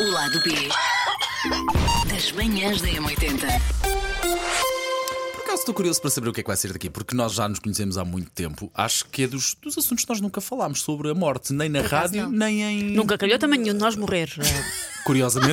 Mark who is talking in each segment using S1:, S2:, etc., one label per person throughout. S1: O lado B das manhãs da M80.
S2: Por acaso estou curioso para saber o que é que vai ser daqui, porque nós já nos conhecemos há muito tempo. Acho que é dos, dos assuntos que nós nunca falámos sobre a morte, nem na rádio, nem em.
S3: Nunca calhou também nenhum de nós morrer.
S2: Curiosamente,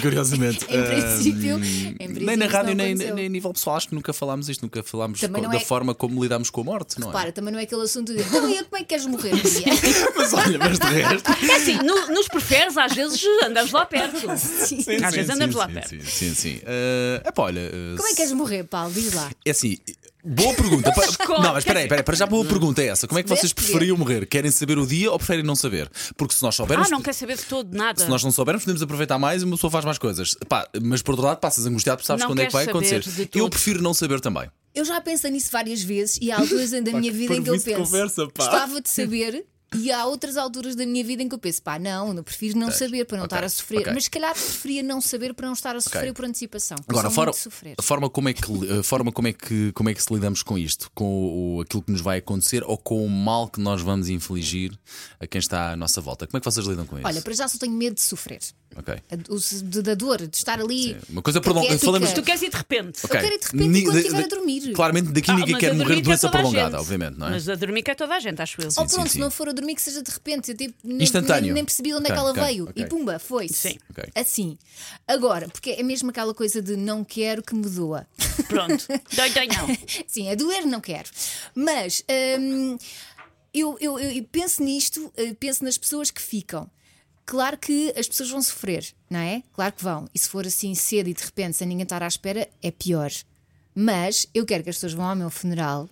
S2: curiosamente, curiosamente.
S4: Em princípio, em princípio
S2: Hum, nem na
S4: isso
S2: rádio,
S4: não
S2: nem,
S4: aconteceu.
S2: nem a nível pessoal, acho que nunca falámos isto, nunca falámos
S4: Também
S2: co-
S4: não
S2: da
S4: é-
S2: forma como lidamos com a morte, não é?
S4: Para, também não é aquele assunto de. Então, e como é que queres morrer? Maria?"
S2: Mas olha, mas de resto.
S3: É assim, no- nos preferes, às vezes andamos lá perto.
S2: Sim,
S3: Às
S2: sim,
S3: vezes
S2: sim,
S3: andamos lá
S2: sim,
S3: perto.
S2: Sim, sim, sim. Eh, epá, olha. eh,
S4: Como é que queres morrer, Paulo? Diz lá.
S2: É assim, boa pergunta. Pa-
S3: Escolhe,
S2: não, mas espera aí,
S3: quer
S2: espera aí, para já a
S4: Hum.
S2: boa pergunta é essa. Como é que vocês
S4: Deve ter.
S2: preferiam morrer? Querem saber o dia ou preferem não saber? Porque se nós soubermos.
S3: Ah, não quer saber de todo nada.
S2: Se nós não soubermos, podemos aproveitar mais e uma pessoa faz mais coisas. Pá, mas por outro lado, passas angustiado porque sabes
S3: Não
S2: quando é que vai
S3: queres saber
S2: acontecer.
S3: de tudo.
S2: Eu prefiro não saber também.
S4: Eu já pensei nisso várias vezes e há alturas da minha
S2: que
S4: vida em que eu
S2: parvoíce de
S4: penso.
S2: conversa, pá.
S4: Gostava de saber. E há outras alturas da minha vida em que eu penso, pá, não, eu prefiro não saber para não
S2: Ok,
S4: estar a sofrer.
S2: ok.
S4: Mas se calhar preferia não saber para não estar a sofrer por antecipação. Eu
S2: Agora,
S4: sou
S2: fora,
S4: é muito de sofrer.
S2: a forma, como é que, a forma como, é que, como é que se lidamos com isto, com o- o- aquilo que nos vai acontecer ou com o mal que nós vamos infligir a quem está à nossa volta. Como é que vocês lidam com isso?
S4: Olha, para já só tenho medo de sofrer.
S2: Ok.
S4: A- o- de- Da dor, de estar ali.
S2: Uma coisa prolongada.
S4: Patética.
S2: Falamos,
S3: Tu queres ir de repente.
S2: Ok.
S4: quero ir de repente
S2: Ni-
S4: enquanto
S2: de-
S4: estiver
S2: de-
S4: a dormir.
S2: Claramente, daqui
S3: Ah,
S2: ninguém
S3: mas
S2: quer
S3: a dormir
S2: morrer de
S3: quer
S2: doença
S3: toda a
S2: prolongada,
S3: gente.
S2: obviamente, não é?
S3: Mas a dormir que é toda a gente, acho eu.
S4: Ou
S2: sim,
S4: pronto,
S2: sim.
S4: se não for a dormir, que seja de repente. Eu tipo, nem,
S2: Instantâneo.
S4: nem- nem percebi de onde é que
S2: Ok,
S4: ela
S2: ok,
S4: veio.
S2: ok.
S4: E pumba, foi.
S3: Sim.
S2: Ok.
S4: Assim. Agora, porque é mesmo aquela coisa de não quero que me doa.
S3: Pronto. Dói, dói, não.
S4: Sim, a doer não quero. Mas hum, eu, eu- eu penso nisto, eh, penso nas pessoas que ficam. Claro que as pessoas vão sofrer, não é? Claro que vão. E se for assim cedo e de repente sem ninguém estar à espera, é pior. Mas eu quero que as pessoas vão ao meu funeral,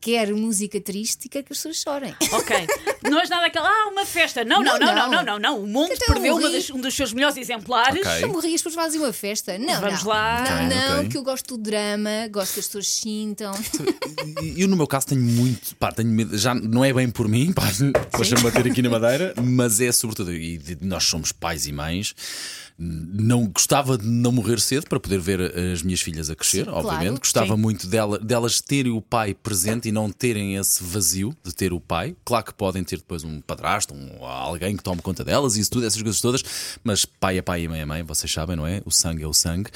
S4: quero música triste e quero que as pessoas chorem.
S3: Ok. Não és nada aquela. Ah, uma festa. Não, não, não,
S4: Não,
S3: não, não, não.
S4: não.
S3: não. O mundo
S4: Até eu
S3: perdeu uma
S4: morri.
S3: das- um dos seus melhores exemplares.
S2: Ok.
S4: Eu morri, as pessoas fazem uma festa. Não,
S3: Vamos
S4: não.
S3: lá.
S4: Não,
S2: Ok,
S4: não,
S2: ok.
S4: que eu gosto do drama, gosto que as pessoas sintam.
S2: Eu, no meu caso, tenho muito. Pá, tenho medo. Já não é bem por mim, pá, deixa-me bater aqui na madeira, mas é sobretudo. E de- nós somos pais e mães. Não gostava de não morrer cedo para poder ver as minhas filhas a crescer,
S4: Sim,
S2: obviamente.
S4: claro.
S2: Gostava
S3: Sim.
S2: muito dela- delas terem o pai presente e não terem esse vazio de ter o pai. Claro que podem ter depois um padrasto, um, alguém que tome conta delas, isso tudo, essas coisas todas, mas pai é pai e mãe é mãe, vocês sabem, não é? O sangue é o sangue.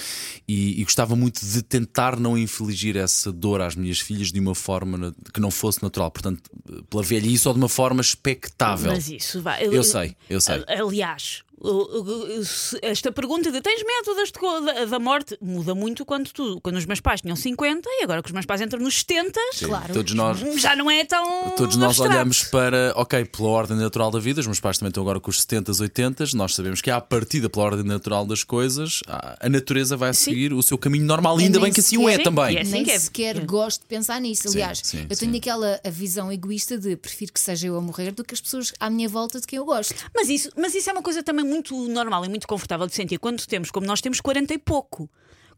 S2: E, e gostava muito de tentar não infligir essa dor às minhas filhas de uma forma na- que não fosse natural, portanto, pela velhice ou de uma forma expectável.
S3: Mas isso vai.
S2: Eu sei, eu sei.
S3: A- Aliás, o- o- o- se- esta pergunta de tens medo das co- da, da morte muda muito quando tu, quando os meus pais tinham 50 e agora que os meus pais entram nos 70,
S4: Claro.
S2: Todos nós,
S3: já não é tão.
S2: Todos nós
S3: abstrato.
S2: olhamos para, ok, pela ordem natural da vida, os meus pais também estão agora com os 70, 80, nós sabemos que há a partida pela ordem natural das coisas, a a natureza vai seguir o seu caminho normal, e ainda
S4: nem
S2: bem que assim o é
S3: sequer-
S2: também.
S3: Yes. Assim
S4: Nem
S3: que é-
S4: sequer
S3: é.
S4: gosto de pensar nisso. Aliás,
S2: sim,
S4: eu tenho
S2: sim.
S4: aquela a visão egoísta de prefiro que seja eu a morrer do que as pessoas à minha volta de quem eu gosto.
S3: Mas isso, mas isso é uma coisa também muito normal e muito confortável de sentir quando temos, como nós temos 40 e pouco.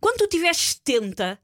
S3: Quando tu tiveres 70,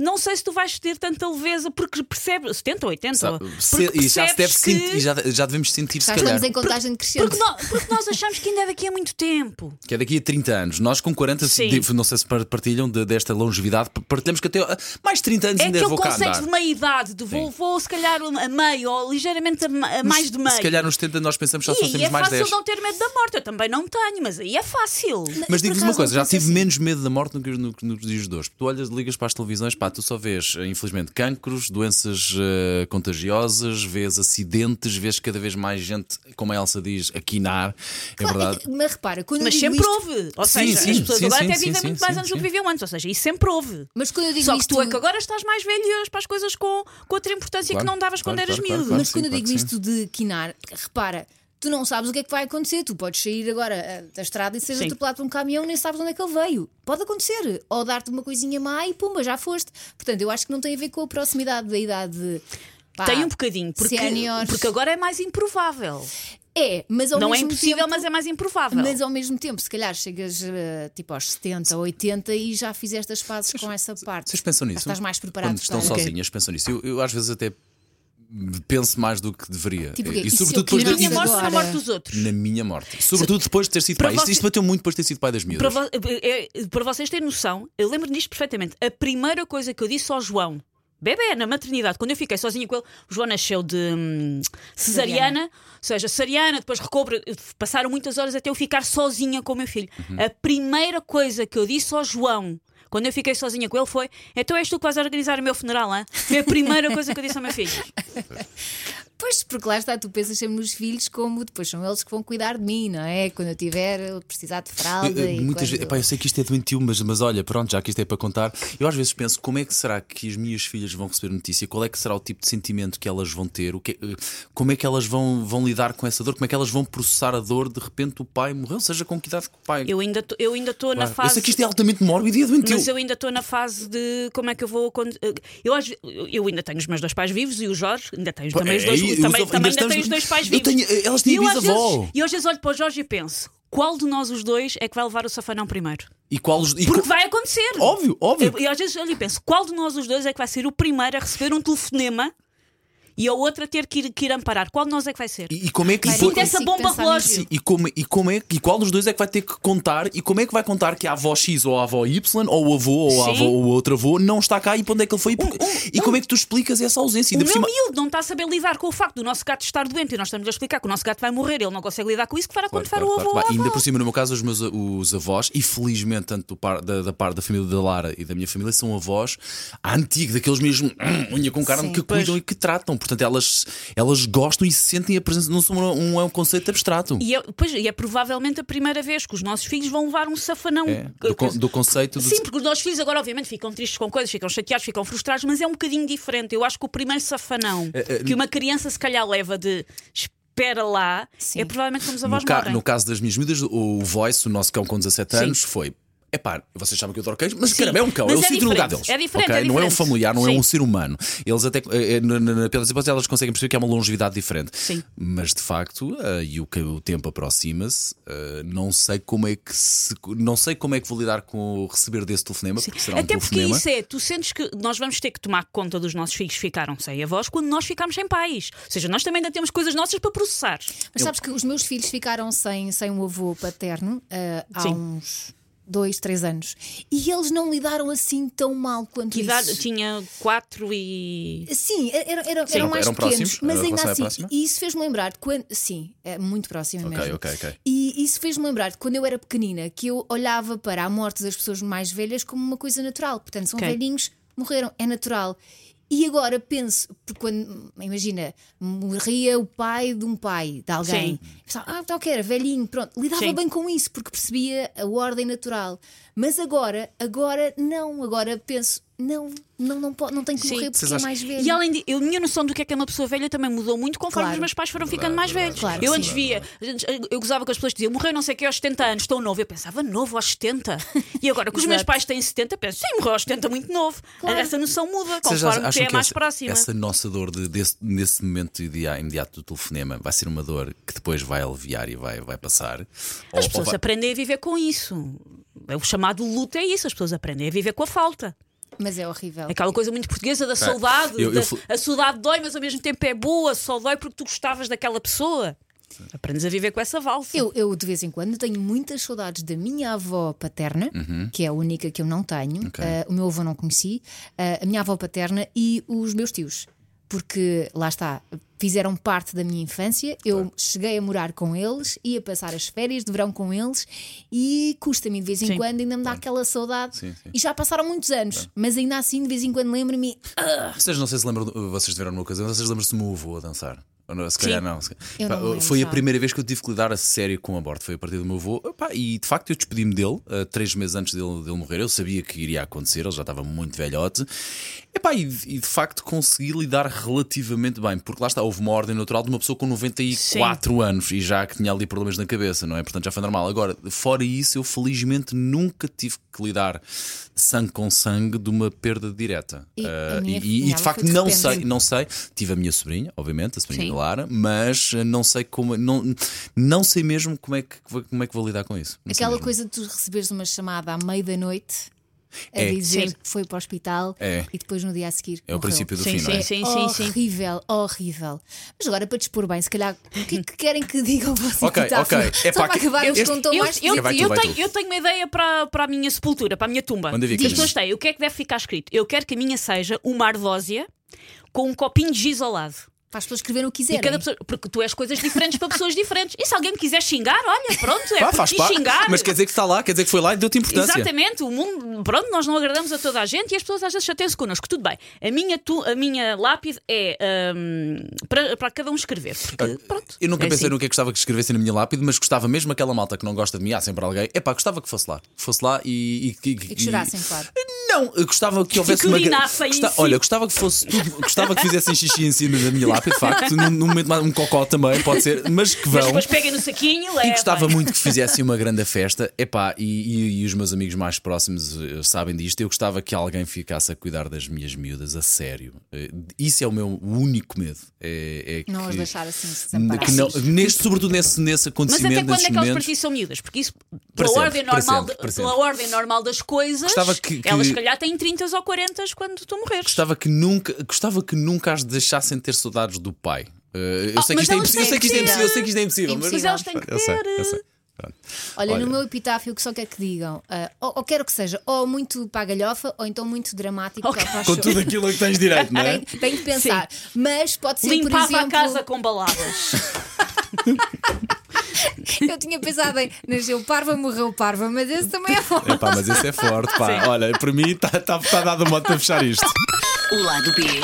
S3: não sei se tu vais ter tanta leveza, porque percebes. 70 ou 80?
S2: Sabe,
S3: porque
S2: se- e já, se deve
S3: percebes
S2: sentir-
S3: que-
S2: e já, já devemos sentir, se
S4: Já
S2: calhar,
S4: estamos em contagem decrescente.
S3: Porque, nó- porque nós achamos que ainda é daqui a muito tempo.
S2: que é daqui a 30 anos. Nós com 40, se-
S3: Sim.
S2: de- não sei se par- partilham de- desta longevidade, partilhamos que até ah, mais 30 anos
S3: É
S2: ainda
S3: aquele
S2: vou cá
S3: conceito
S2: andar.
S3: de meia-idade, de vou,
S2: Sim.
S3: vou se calhar um- a meio ou ligeiramente a, ma- a mais de meio.
S2: Se calhar nos 70 nós pensamos só,
S3: e
S2: só
S3: aí
S2: temos
S3: é
S2: mais
S3: fácil
S2: 10.
S3: não ter medo da morte. Eu também não tenho, mas aí é fácil.
S2: Mas
S4: por
S2: digo-vos uma
S4: acaso
S2: coisa, já
S4: não penso
S2: tive
S4: assim.
S2: menos medo da morte do que no- nos dias de hoje. Tu olhas, ligas para as televisões, pá, tu só vês, eh, infelizmente, cancros, doenças eh, contagiosas, vês acidentes, vês cada vez mais gente, como a Elsa diz, a quinar. É verdade.
S4: Mas repara, quando
S3: Mas
S4: eu digo
S3: sempre
S4: isto,
S3: houve. Ou
S2: Sim,
S3: seja,
S2: sim,
S3: as pessoas
S2: sim,
S3: agora
S2: sim,
S3: até
S2: sim,
S3: vivem
S2: sim,
S3: muito
S2: sim,
S3: mais anos do
S2: sim.
S3: que viviam antes. Ou seja, isso sempre houve.
S4: Mas quando eu digo
S3: Só que
S4: isto,
S3: tu é que agora estás mais velho para as coisas com, com outra importância
S2: Claro,
S3: que não davas
S2: claro,
S3: quando eras
S2: claro, claro,
S3: miúdo.
S2: claro.
S4: mas quando eu
S2: claro
S4: digo
S2: que sim.
S4: isto de quinar, repara, tu não sabes o que é que vai acontecer. Tu podes sair agora eh, da estrada e seres
S3: Sim.
S4: atropelado por um caminhão, nem sabes onde é que ele veio. Pode acontecer. Ou dar-te uma coisinha má e pumba, já foste. Portanto, eu acho que não tem a ver com a proximidade da idade. pá,
S3: Tem um bocadinho, porque,
S4: séniores.
S3: porque agora é mais improvável.
S4: É, mas ao
S3: não é
S4: mesmo
S3: impossível,
S4: tempo-
S3: mas é mais improvável.
S4: Mas ao mesmo tempo, se calhar chegas eh, tipo aos 70, 80 e já fizeste as fases com essa parte.
S2: Vocês pensam nisso?
S4: Já estás mais preparado
S2: Quando estão
S4: para-
S2: sozinhas, pensam nisso. Eu, eu às vezes até penso mais do que deveria.
S4: Tipo o quê?
S2: e
S4: E se
S2: sobretudo
S4: eu
S2: depois
S3: Na
S4: Mas
S3: minha
S4: quisesse
S2: de-
S3: morte, na
S4: agora-
S3: morte dos outros.
S2: Na minha morte. Sobretudo depois de ter sido
S3: Para
S2: pai. Isto,
S3: vocês-
S2: isto bateu muito depois de ter sido pai das
S3: Para, é,
S2: miúdas.
S3: vo- eh, eh, para vocês terem noção, eu lembro disto perfeitamente. A primeira coisa que eu disse ao João bebê na maternidade, quando eu fiquei sozinha com ele, o João nasceu de hum, cesariana, ou seja, cesariana, depois recobre, passaram muitas horas até eu ficar sozinha com o meu filho.
S2: Uhum.
S3: A primeira coisa que eu disse ao João. Quando eu fiquei sozinha com ele foi Então és tu que vais organizar o meu funeral, hein? Foi a primeira coisa que eu disse ao meu filho
S4: Pois, porque lá está, tu pensas sempre nos filhos como depois são eles que vão cuidar de mim, não é? Quando eu tiver eu precisar de fralda.
S2: Eu, eu,
S4: e
S2: Eh, muitas
S4: quando...
S2: vezes- epá, eu sei que isto é doentio, mas, mas olha, pronto, já que isto é para contar, eu às vezes penso como é que será que as minhas filhas vão receber notícia, qual é que será o tipo de sentimento que elas vão ter, o que, eh, como é que elas vão, vão lidar com essa dor, como é que elas vão processar a dor de repente o pai morreu, seja com que idade que o pai.
S3: Eu ainda tô- eu ainda estou na
S2: Claro.
S3: fase
S2: sei que isto é altamente mórbido e é doentio.
S3: Mas eu ainda estou na fase de como é que eu vou. aconte- Eu, às ve- eu ainda tenho os meus dois pais vivos e o Jorge ainda tem os, também os
S2: é,
S3: dois,
S2: aí,
S3: também,
S2: os- ainda
S3: também ainda
S2: estamos-
S3: tem os dois pais
S2: eu
S3: vivos.
S2: tenho- eh, elas têm
S3: e eu às
S2: bisavó.
S3: vezes- E hoje às vezes olho para o Jorge e penso: qual de nós os dois é que vai levar o safanão primeiro?
S2: E qual os- e
S3: Porque
S2: co-
S3: vai acontecer.
S2: Óbvio, óbvio.
S3: Eu- E às vezes olho e penso: qual de nós os dois é que vai ser o primeiro a receber um telefonema e a outra ter que ir, que ir amparar? Qual de nós é que vai ser?
S2: E, e como é que
S4: Vai
S2: e co-
S3: Sinto essa
S4: consigo
S3: bomba
S4: pensar
S3: relógio.
S4: nisso.
S2: Sim, e como, e como é que- e qual dos dois é que vai ter que contar e como é que vai contar que a avó X ou a avó Y ou o avô ou a
S3: Sim. Um,
S2: avó ou outro avô não está cá e para onde é que ele foi e, porquê? e como é que tu explicas essa ausência
S3: O
S2: Ainda
S3: meu
S2: por cima-
S3: miúdo não está a saber lidar com o facto do nosso gato estar doente e nós estamos a explicar que o nosso gato vai morrer, ele não consegue lidar com isso, que fará quando for
S2: Claro,
S3: o
S2: claro,
S3: avô
S2: claro.
S3: ou a
S2: Ainda
S3: avó.
S2: por cima, no meu caso, os meus os avós, e felizmente tanto do par- da, da parte da família da Lara e da minha família, são avós à antiga, daqueles mesmo hum, unha com carne
S4: Sim,
S2: que
S3: pois.
S2: cuidam e que tratam. Portanto, elas, elas gostam e sentem a presença, não são um, um- é um conceito abstrato.
S3: E é, pois, e é provavelmente a primeira vez que os nossos filhos vão levar um safanão.
S2: É, do, con- do conceito do
S3: Sim, porque os nossos filhos agora, obviamente, ficam tristes com coisas, ficam chateados, ficam frustrados, mas é um bocadinho diferente. Eu acho que o primeiro safanão
S2: É,
S3: que uma criança se calhar leva de espera lá
S4: Sim.
S3: é provavelmente como os
S2: no,
S3: avós
S2: ca-
S3: morrem.
S2: no caso das minhas miúdas, o Voice, o nosso cão com 17
S3: Sim.
S2: anos, foi. Epá, vocês sabem que eu adoro cães, mas
S3: Sim,
S2: caramba, é um cão,
S3: mas
S2: eu
S3: é
S2: sinto no lugar
S3: diferente,
S2: deles.
S3: é diferente,
S2: ok?
S3: é
S2: Não é um
S3: diferente.
S2: familiar, não é
S3: Sim.
S2: um ser humano. Eles até, eh, eh, na- na- na- pelas hipóteses, elas conseguem perceber que há uma longevidade diferente.
S3: Sim.
S2: Mas de facto, eh, e o, que- o tempo aproxima-se, eh, não sei como é que se- não sei como é que vou lidar com o receber desse telefonema, porque será um
S3: Até porque
S2: telefonema.
S3: isso é, tu sentes que nós vamos ter que tomar conta dos nossos filhos que ficaram sem avós quando nós ficamos sem pais. Ou seja, nós também ainda temos coisas nossas para processar.
S4: Mas sabes que os meus filhos ficaram sem, sem um avô paterno ah, há
S3: Sim.
S4: uns dois, três anos. E eles não lidaram assim tão mal quanto
S3: Que idade
S4: isso.
S3: tinha 4 e.
S4: Sim, era- era-
S2: Sim.
S4: eram mais
S2: Eram
S4: pequenos,
S2: próximos?
S4: mas
S2: Era
S4: ainda
S2: relação à
S4: assim,
S2: próxima?
S4: e isso fez-me lembrar de quando. Sim, é muito próximo
S2: Ok,
S4: mesmo.
S2: ok, ok.
S4: E isso fez-me lembrar de quando eu era pequenina, que eu olhava para a morte das pessoas mais velhas como uma coisa natural. Portanto, são
S3: Ok.
S4: velhinhos, morreram, é natural. E agora penso, porque quando, imagina, morria o pai de um pai, de alguém. Pensava, ah, tá ok, era velhinho, pronto. Lidava
S3: Sim.
S4: bem com isso, porque percebia a ordem natural. Mas agora, agora não. Agora penso, não, não, não, po- não tenho que
S3: Sim.
S4: morrer porque
S2: Vocês
S4: é
S2: acham-
S4: mais velho.
S3: E além de, eu, a minha noção do que é que é uma pessoa velha também mudou muito conforme
S4: Claro.
S3: os meus pais foram ficando mais velhos.
S4: verdade,
S3: eu
S4: sim.
S3: antes via, eu gozava com as pessoas que diziam morreu não sei o que aos 70 anos, estou novo. Eu pensava novo aos 70. E agora que os meus
S4: Exato.
S3: pais têm 70, penso sim, morreu aos 70 muito novo. Essa noção muda
S2: Vocês
S3: conforme
S2: acham
S3: até é
S2: que
S3: mais
S2: essa,
S3: próxima.
S2: essa nossa dor de- desse, nesse momento idia- imediato do telefonema vai ser uma dor que depois vai aliviar e vai, vai passar? Ou-
S3: As
S2: ou
S3: pessoas
S2: vai-
S3: aprendem a viver com isso. É O chamado luto é isso, as pessoas aprendem a viver com a falta.
S4: Mas é horrível.
S3: É Aquela coisa muito portuguesa da saudade.
S2: Eu- eu
S3: da-
S2: fui-
S3: A saudade dói, mas ao mesmo tempo é boa, só dói porque tu gostavas daquela pessoa. Aprendes a viver com essa valsa.
S4: Eu, eu, de vez em quando tenho muitas saudades da minha avó paterna, que é a única que eu não tenho.
S2: Uhum. Ok.
S4: Ah, o meu avô não conheci, ah, a minha avó paterna e os meus tios. Porque lá está, fizeram parte da minha infância. Eu cheguei a morar com eles, ia passar as férias de verão com eles e custa-me de vez em
S3: Sim.
S4: quando, ainda me dá aquela saudade.
S2: Sim, sim.
S4: E já passaram muitos anos, mas ainda assim, de vez em quando, lembro-me.
S2: Vocês não sei se lembram, vocês tiveram uma ocasião, vocês lembram-se do meu avô a dançar? Ou não, Se calhar
S3: Sim.
S2: não. se-
S4: Eu não
S2: Pá,
S4: me lembro
S2: foi a
S4: já.
S2: primeira vez que eu tive que lidar a sério com o aborto. Foi a partir do meu avô. Pá, e de facto eu despedi-me dele, ah, três meses antes dele, dele morrer. Eu sabia que iria acontecer, ele já estava muito velhote. Epá, e, de- e de facto consegui lidar relativamente bem, porque lá está, houve uma ordem natural de uma pessoa com 94 anos e já que tinha ali problemas na cabeça, não é? Portanto já foi normal. Agora, fora isso, eu felizmente nunca tive que lidar sangue com sangue de uma perda direta.
S4: E a
S2: Ah, e-
S4: minha
S2: e,
S4: cunhada
S2: de
S4: foi
S2: facto
S4: de
S2: não
S4: repente.
S2: sei, não sei. Tive a minha sobrinha, obviamente, a sobrinha
S3: Sim.
S2: da Lara, mas eh, não sei como, não, não sei mesmo como é que vou- como é que vou lidar com isso. Não sei
S4: Aquela
S2: mesmo.
S4: coisa de tu receberes uma chamada à meia da noite a
S2: É.
S4: dizer
S3: Sim.
S4: foi para o hospital
S2: É.
S4: e depois no dia a seguir.
S2: É o
S4: morreu.
S2: princípio do
S3: Sim,
S2: fim, não é?
S3: sim, sim, sim, sim.
S4: horrível, horrível. Mas agora, para dispor bem, se calhar, o que é que querem que digam vocês?
S2: Ok,
S4: epitáfio?
S2: ok. É
S4: Só
S2: pá,
S4: para
S2: que-
S4: acabarmos
S2: este-
S4: com um tom
S3: Eu,
S4: mais
S3: eu-
S2: E vai tu,
S3: eu
S2: vai
S3: tenho,
S2: tu.
S3: eu tenho uma ideia para, para a minha sepultura, para a minha tumba.
S2: Manda vir,
S3: As
S2: Karina.
S3: pessoas têm. O que é que deve ficar escrito? Eu quero que a minha seja uma ardósia com um copinho de giz ao lado.
S4: Para as pessoas escreverem o que
S3: E
S4: quiserem.
S3: cada pessoa, porque tu és coisas diferentes para pessoas diferentes. E se alguém me quiser xingar, olha, pronto, é
S2: Pá,
S3: por
S2: faz
S3: ti
S2: parte.
S3: xingar.
S2: Mas quer dizer que está lá, quer dizer que foi lá e deu-te importância.
S3: Exatamente, o mundo, pronto, nós não agradamos a toda a gente e as pessoas às vezes chateiam-se connosco. Tudo bem, a minha, tu, a minha lápide é hum, para, para cada um escrever. Porque, pronto,
S2: Eu nunca
S3: é
S2: pensei
S3: assim.
S2: no que é que gostava que escrevessem na minha lápide, mas gostava mesmo aquela malta que não gosta de mim, há sempre alguém. Epá, gostava que fosse lá. Que fosse lá e. E,
S4: E que chorassem, claro.
S2: Não, eu gostava que houvesse
S3: que
S2: uma. gra-
S3: urinassem em si.
S2: Olha, gostava que fosse tudo. Gostava que fizessem xixi em cima da minha lápide, de facto. Num, num momento mais um cocó também, pode ser. Mas que
S3: Mas
S2: vão.
S3: depois peguem no saquinho, é,
S2: E
S3: levem.
S2: gostava muito que fizessem uma grande festa, epá, e, e, e os meus amigos mais próximos eh, sabem disto. Eu gostava que alguém ficasse a cuidar das minhas miúdas a sério. Eh, Isso é o meu único medo. É, é
S4: Não
S2: que,
S4: as deixar assim
S2: que
S4: desamparados.
S2: não- neste, sobretudo nesse, nesse
S3: Mas
S2: acontecimento,
S3: até quando é
S2: nesses
S3: que elas
S2: momentos.
S3: partidas são miúdas? Porque isso,
S2: Para
S3: pela,
S2: sempre,
S3: ordem
S2: para
S3: normal,
S2: sempre,
S3: de-
S2: para
S3: pela
S2: sempre.
S3: ordem normal das coisas,
S2: Gostava que- que-
S3: elas se calhar têm 30 ou 40 quando tu morreres.
S2: Gostava que nunca, gostava que nunca as deixassem ter saudades do pai. Eh, eu,
S3: Ah,
S2: sei que
S3: mas
S2: isto é
S3: elas
S2: impossível, eu sei
S3: têm
S2: que isto é
S3: que
S2: impossível, eu sei que isto é impossível.
S3: Mas
S4: Impossível.
S3: elas têm que
S2: Eu sei, eu sei.
S3: ter. eh,
S2: Pronto.
S4: Olha,
S2: Olha.
S4: no meu epitáfio, o que só quer que digam, ah, ou, ou quero que seja ou muito para a galhofa ou então muito dramático
S3: Ok.
S4: para, para o
S2: Com
S4: show.
S2: tudo aquilo a que tens direito, não é?
S4: Tem, tem que pensar. Mas pode ser,
S3: Limpava
S4: por exemplo.
S3: a casa com baladas.
S4: Eu tinha pensado em nasceu parva, morreu parva, mas esse também é bom.
S2: Epá, mas isso é forte, pá. Olha, para mim está tá, tá dado o modo de fechar isto.
S1: O lado B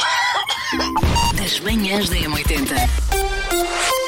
S1: das manhãs da M80.